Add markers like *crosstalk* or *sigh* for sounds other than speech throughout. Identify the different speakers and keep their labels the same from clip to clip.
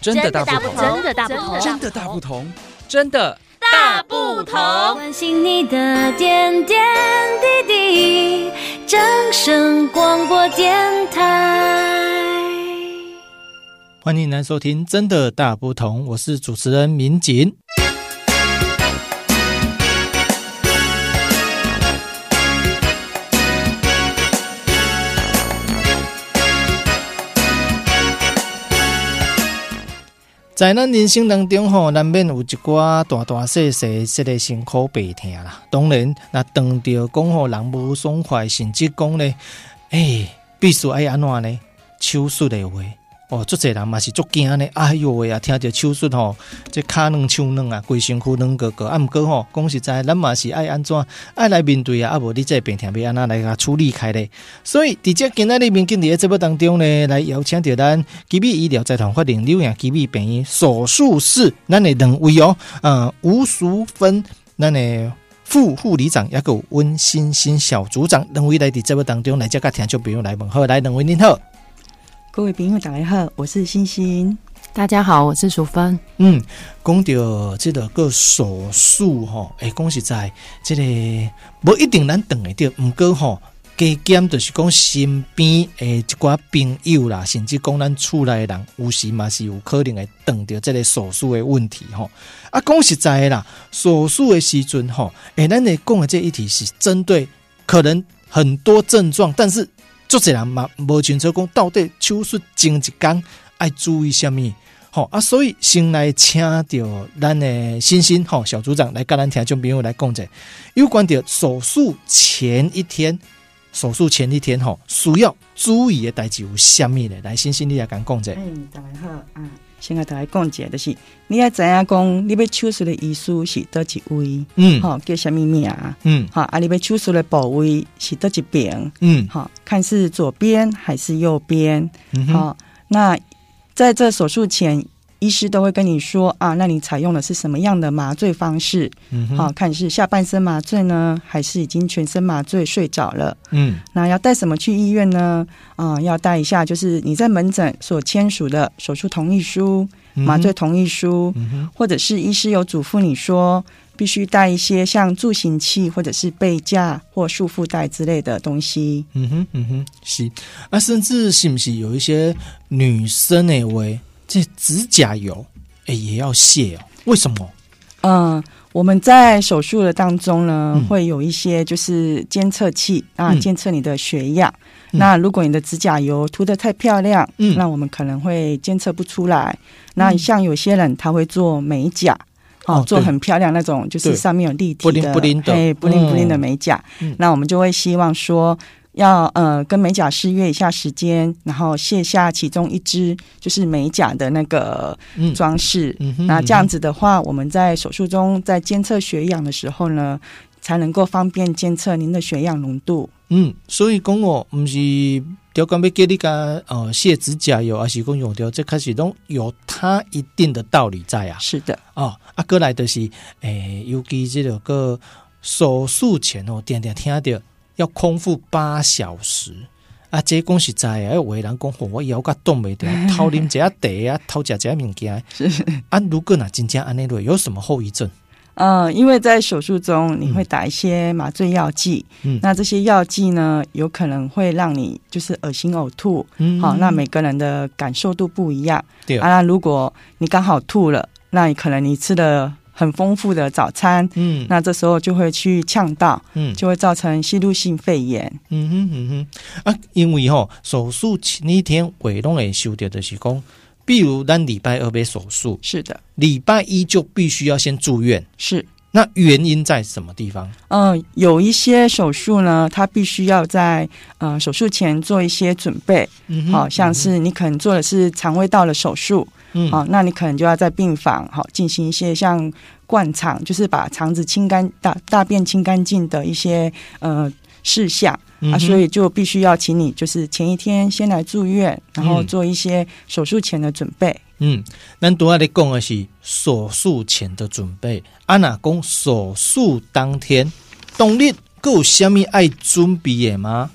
Speaker 1: 真的大不
Speaker 2: 不
Speaker 1: 同，
Speaker 2: 真的大不同，
Speaker 1: 真的大不同，真的
Speaker 2: 大不同。
Speaker 3: 关心你的点点滴滴，掌声广播电台。
Speaker 4: 欢迎来收听《真的大不同》，我是主持人民警。在咱人生当中吼，难免有一寡大大细细即个辛苦白疼啦。当然，若当着讲吼人无爽快，甚至讲咧，诶、必须爱安怎呢？手术的话，哦，足侪人嘛是足惊咧，哎哟喂啊，听着手术吼，这骹软手软啊，规身躯软个个。啊，毋过吼，讲实在，咱嘛是爱安怎，爱来面对啊，啊无你这病痛要安怎来甲处理开咧？所以，伫这今仔日民警伫个节目当中呢，来邀请到咱吉米医疗集团法定柳营吉米病院手术室，咱的两位哦，呃，吴淑芬，咱的。副护理长，也有温欣欣小组长，两位来伫节目当中来，这甲听众朋友来问好，来两位您好。
Speaker 5: 各位朋友，大家好，我是欣欣。
Speaker 6: 大家好，我是淑芬。
Speaker 4: 嗯，讲到即个个手术吼，诶，讲实在，即、个无一定咱等会着，毋过吼，加减就是讲身边诶一寡朋友啦，甚至讲咱厝内的人，有时嘛是有可能会等到即个手术诶问题吼。啊，讲实在的啦，手术诶时阵吼，诶，咱咧讲诶这一题是针对可能很多症状，但是足侪人嘛无清楚讲到底手术前一工爱注意虾物。吼、啊，所以先来请到咱的欣欣吼、小组长来跟咱听众朋友来讲者，有关着手术前一天，手术前一天吼、需要注意的代志有虾米咧？来，欣欣你来讲讲者，
Speaker 5: 嗯，大家好啊。先甲大家讲一下，就是你要知影讲，你要手术的医师是倒一位，
Speaker 4: 嗯
Speaker 5: 吼、叫什么名？
Speaker 4: 嗯
Speaker 5: 吼、啊，你要手术的部位是倒一边？
Speaker 4: 嗯
Speaker 5: 吼、看是左边还是右边？
Speaker 4: 嗯
Speaker 5: 好、
Speaker 4: 哼，
Speaker 5: 那在这手术前，医师都会跟你说啊，那你采用的是什么样的麻醉方式？
Speaker 4: 嗯
Speaker 5: 好、
Speaker 4: 哼，
Speaker 5: 看是下半身麻醉呢，还是已经全身麻醉睡着了？
Speaker 4: 嗯
Speaker 5: 那要带什么去医院呢？啊、要带一下，就是你在门诊所签署的手术同意书、
Speaker 4: 嗯哼
Speaker 5: 麻醉，同意书，
Speaker 4: 嗯哼，
Speaker 5: 或者是医师有嘱咐你说，必须带一些像助行器或者是背架或束缚带之类的东西。
Speaker 4: 嗯哼，嗯哼，是啊，甚至是不是有一些女生诶喂，这指甲油诶、也要卸哦？为什么？
Speaker 5: 嗯，我们在手术的当中呢，
Speaker 4: 嗯
Speaker 5: 会有一些就是监测器啊，
Speaker 4: 嗯
Speaker 5: 监测你的血压。
Speaker 4: 嗯
Speaker 5: 那如果你的指甲油涂得太漂亮，
Speaker 4: 嗯
Speaker 5: 那我们可能会监测不出来。那像有些人他会做美甲。
Speaker 4: 哦
Speaker 5: 哦，做
Speaker 4: 对
Speaker 5: 很漂亮那种，就是
Speaker 4: 对
Speaker 5: 上面有立体
Speaker 4: 布
Speaker 5: 的，
Speaker 4: 灵布灵的
Speaker 5: 嘿，布灵布灵的
Speaker 4: 嗯
Speaker 5: 美甲。
Speaker 4: 嗯
Speaker 5: 那我们就会希望说，要呃跟美甲师约一下时间，然后卸下其中一只就是美甲的那个
Speaker 4: 嗯，
Speaker 5: 装饰，
Speaker 4: 嗯哼
Speaker 5: 啊那这样
Speaker 4: 嗯哼
Speaker 5: 子的话，我们在手术中在监测血氧的时候呢，才能够方便监测您的血氧浓度。
Speaker 4: 嗯，所以讲哦，毋是钓竿要叫你甲呃卸指甲油，还是讲用掉，这开始拢有它一定的道理在啊。
Speaker 5: 是的，
Speaker 4: 哦，啊，过来就是诶、尤其这个个手术前哦，点点听着要空腹八小时。啊，这讲实在啊，有的人讲吼，我腰甲冻袂
Speaker 5: *laughs*
Speaker 4: 掉，偷啉一下茶啊，偷食一下物件。啊，如果若真正安尼落，有什么后遗症？
Speaker 5: 呃，因为在手术中你
Speaker 4: 嗯
Speaker 5: 会打一些麻醉药剂，
Speaker 4: 嗯
Speaker 5: 那这些药剂呢，有可能会让你就是恶心呕吐。
Speaker 4: 嗯
Speaker 5: 好、那每个人的感受度不一样。
Speaker 4: 对
Speaker 5: 啊，那如果你刚好吐了，那你可能你吃了很丰富的早餐，
Speaker 4: 嗯
Speaker 5: 那这时候就会去呛到，
Speaker 4: 嗯
Speaker 5: 就会造成吸入性肺炎。
Speaker 4: 嗯哼嗯哼，啊，因为吼、手术前一天我拢会收到，就是讲，比如咱礼拜二要手术，
Speaker 5: 是的，
Speaker 4: 礼拜一就必须要先住院，
Speaker 5: 是。
Speaker 4: 那原因在什么地方？
Speaker 5: 嗯，有一些手术呢，它必须要在呃手术前做一些准备，
Speaker 4: 嗯
Speaker 5: 好、像是你可能做的是肠胃道的手术，
Speaker 4: 嗯
Speaker 5: 好、那你可能就要在病房好、进行一些像灌肠，就是把肠子清干大大便清干净的一些呃事项啊，所
Speaker 4: 以
Speaker 5: 以就必须要请你就是前一天先来住院，然后
Speaker 4: 嗯
Speaker 5: 做一些手术前的准备。
Speaker 4: 嗯，咱拄仔咧讲的是手术前的准备，啊，若讲手术当天，当日还有虾米爱准备的吗？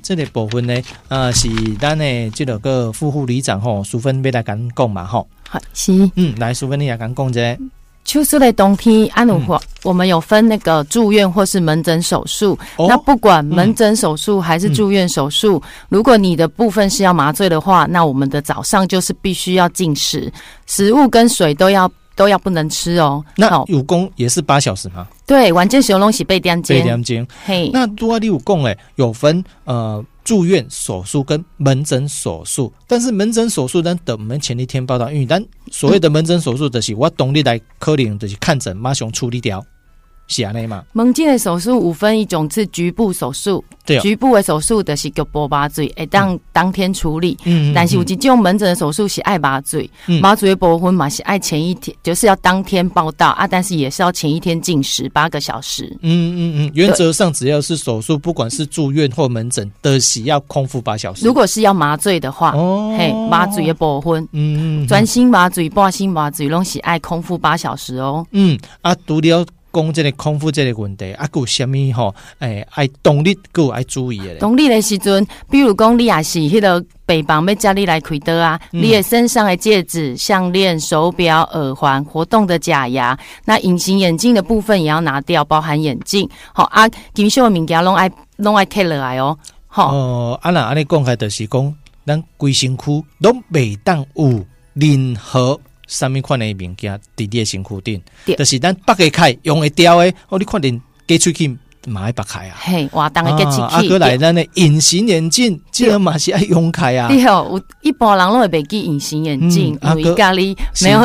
Speaker 4: 这个部分呢，呃，是咱的这个个副护理长吼，淑芬要来甲咱讲嘛吼。
Speaker 6: 好，是
Speaker 4: 嗯，来，淑芬你来甲咱讲一下。
Speaker 6: 手术的冬天，安鲁
Speaker 4: 嗯
Speaker 6: 华，我们有分那个住院或是门诊手术。
Speaker 4: 哦嗯
Speaker 6: 那不管门诊手术还是住院手术，如果你的部分是要麻醉的话，那我们的早上就是必须要进食，食物跟水都要都要不能吃哦。
Speaker 4: 那
Speaker 6: 好
Speaker 4: 有功也是八小时嘛，
Speaker 6: 对，晚间使用东西被颠
Speaker 4: 这一点
Speaker 6: 煎，
Speaker 4: 钟。
Speaker 6: 嘿，
Speaker 4: 那多阿利有讲诶，有分呃住院手术跟门诊手术，但是门诊手术咱等我们前一天报道，因为咱所谓的门诊手术就是我懂你来可能就是看诊马上处理掉，是安尼嘛？
Speaker 6: 门诊的手术五分一种是局部手术，
Speaker 4: 对哦
Speaker 6: 局部的手术的是叫波麻醉，会当当天处理。
Speaker 4: 嗯
Speaker 6: 但是有一种门诊的手术是爱麻醉，
Speaker 4: 嗯
Speaker 6: 麻醉的部分嘛是爱前一天，就是要当天报到啊，但是也是要前一天进食八个小时。
Speaker 4: 嗯嗯嗯，原则上只要是手术，不管是住院或门诊，的洗要空腹八小时。
Speaker 6: 如果是要麻醉的话，
Speaker 4: 哦
Speaker 6: 嘿，麻醉的部分，
Speaker 4: 嗯嗯
Speaker 6: 专心麻醉、半心麻醉拢是爱空腹八小时哦。
Speaker 4: 嗯啊，除了讲这个空腹这个问题，啊，还有虾米吼？诶、爱动力，还有爱注意的咧。
Speaker 6: 当你的时阵，比如讲你也是迄个北房要家里来开刀啊，
Speaker 4: 嗯
Speaker 6: 你的身上的戒指、项链、手表、耳环、活动的假牙，那隐形眼镜的部分也要拿掉，包含眼镜。好、啊，金秀的物件拢爱拢爱摕落来哦。好、
Speaker 4: 哦，啊，那安尼讲开就是讲，咱规身躯拢袂当有任何啥物款的物件伫你的身躯顶，
Speaker 6: 对
Speaker 4: 就是咱北个开用会掉的，哦，你看连加喙齿嘛爱北开啊。
Speaker 6: 嘿，活动的结
Speaker 4: 啊，啊，
Speaker 6: 气
Speaker 4: 过来
Speaker 6: 器。
Speaker 4: 咱的隐形眼镜，这个嘛是爱用开啊，
Speaker 6: 对哦，有一般人拢会袂记隐形眼镜，
Speaker 4: 嗯啊
Speaker 6: 因为
Speaker 4: 搁
Speaker 6: 家里
Speaker 4: 是
Speaker 6: 没有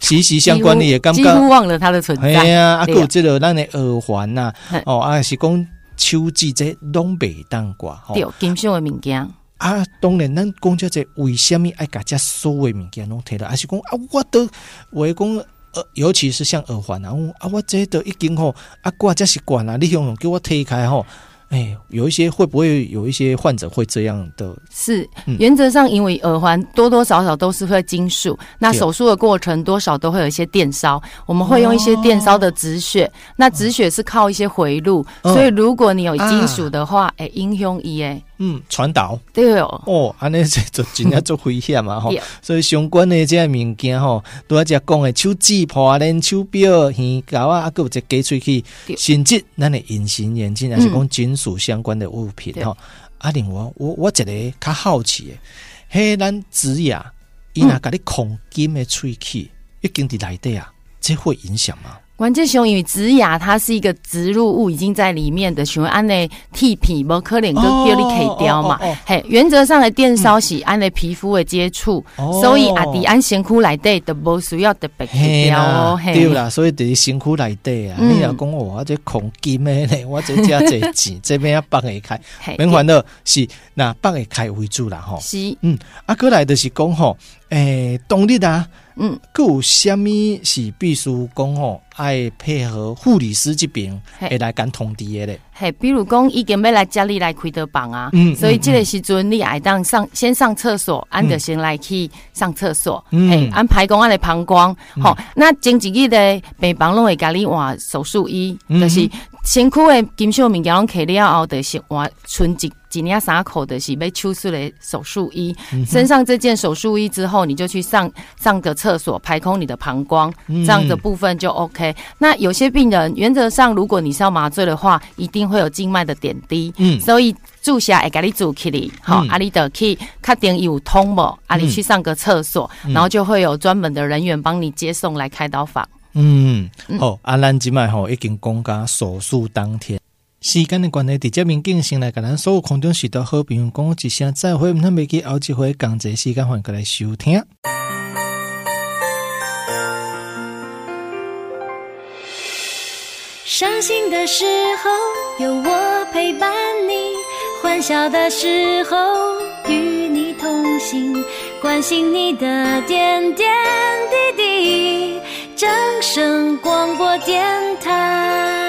Speaker 4: 息息相关，你也感
Speaker 6: 几
Speaker 4: 觉。
Speaker 6: 乎忘了它的存
Speaker 4: 哎
Speaker 6: 在。
Speaker 4: 呀，啊，还
Speaker 6: 对啊
Speaker 4: 有这个咱的耳环呐
Speaker 6: 嘿，
Speaker 4: 哦，啊是讲手指这拢袂当挂哦吼
Speaker 6: 对。，金秀的物件。
Speaker 4: 啊，当然，咱讲遮这为什么爱把遮所有的物件拢摕来，还是讲啊，我都我讲，呃，尤其是像耳环啊，我啊，我这都已经吼，啊挂这是挂啊，你用给我推开吼，哎、有一些会不会有一些患者会这样的？
Speaker 6: 是
Speaker 4: 嗯，
Speaker 6: 原则上因为耳环多多少少都是会金属，那手术的过程多少都会有一些电烧，我们会用一些电烧的止血，那止血是靠一些回路，
Speaker 4: 哦嗯啊
Speaker 6: 所以如果你有金属的话，哎、英雄一哎，
Speaker 4: 嗯，传导
Speaker 6: 对哦，
Speaker 4: 哦，安尼这就真正做危险嘛吼
Speaker 6: 对，
Speaker 4: 所以相关的这些物件吼，拄啊只讲的手指破链、手表、耳钩啊，啊，还有一个假喙齿，
Speaker 6: 对
Speaker 4: 甚至咱的隐形眼镜，还是讲
Speaker 6: 嗯
Speaker 4: 金属相关的物品
Speaker 6: 对
Speaker 4: 吼。啊，另外我我一个较好奇的，嘿，咱植牙，伊若甲你控金的喙齿，已经伫内底啊，这会影响吗？
Speaker 6: 关键熊与植牙它是一个植入物已经在里面的，像安内剃皮无可能就叫你可以掉嘛
Speaker 4: 哦哦哦哦，
Speaker 6: 嘿，原则上的电烧是安内皮肤的接触，
Speaker 4: 哦
Speaker 6: 所以阿迪安先哭来对的无需要特别去
Speaker 4: 嘿
Speaker 6: 掉
Speaker 4: 啦
Speaker 6: 哦，，
Speaker 4: 对啦，所以伫身躯内底啊，
Speaker 6: 嗯
Speaker 4: 你若讲哦，我这恐金的咧，我这遮这
Speaker 6: *laughs*
Speaker 4: 钱，这边要放会开，
Speaker 6: 嘿，
Speaker 4: 免烦恼，是那放会开为主啦吼。
Speaker 6: 是，
Speaker 4: 啊，过来就是讲吼，诶、当日啊，
Speaker 6: 嗯，
Speaker 4: 佮有虾米是必须讲吼，爱配合护理师这边
Speaker 6: 嘿
Speaker 4: 会来讲通知的咧。
Speaker 6: 嘿，比如讲，已经要来家里来开刀房啊，
Speaker 4: 嗯
Speaker 6: 所以
Speaker 4: 嗯
Speaker 6: 这个时阵你爱当上先上厕所，安着先来去上厕所，
Speaker 4: 嗯
Speaker 6: 嘿，安排讲安的膀胱，吼、那前一日的病房拢会甲你换手术衣，
Speaker 4: 嗯
Speaker 6: 就是身躯的金属物件拢摕了后，就是换剩一一领衫裤，就是要手术的手术衣，
Speaker 4: 嗯
Speaker 6: 身上这件手术衣之后，你就去上上个厕所排空你的膀胱，
Speaker 4: 嗯
Speaker 6: 这样的部分就 OK。那有些病人原则上，如果你是要麻醉的话，一定会有静脉的点滴，
Speaker 4: 嗯
Speaker 6: 所以注射会给你注起哩，好、
Speaker 4: 嗯
Speaker 6: 啊你得去确定有通无，啊
Speaker 4: 嗯
Speaker 6: 你去上个厕所，然后就会有专门的人员帮你接送来开刀房。
Speaker 4: 嗯，
Speaker 6: 嗯
Speaker 4: 好、啊，咱即摆吼已经讲到手术当天。时间的关系，直接民警先来甲咱所有空中许多好朋友讲一声再会，毋通袂记后一回同齐时间还过来收听。
Speaker 3: 伤心的时候有我陪伴你，欢笑的时候与你同行，关心你的点点滴滴。掌声广播电台。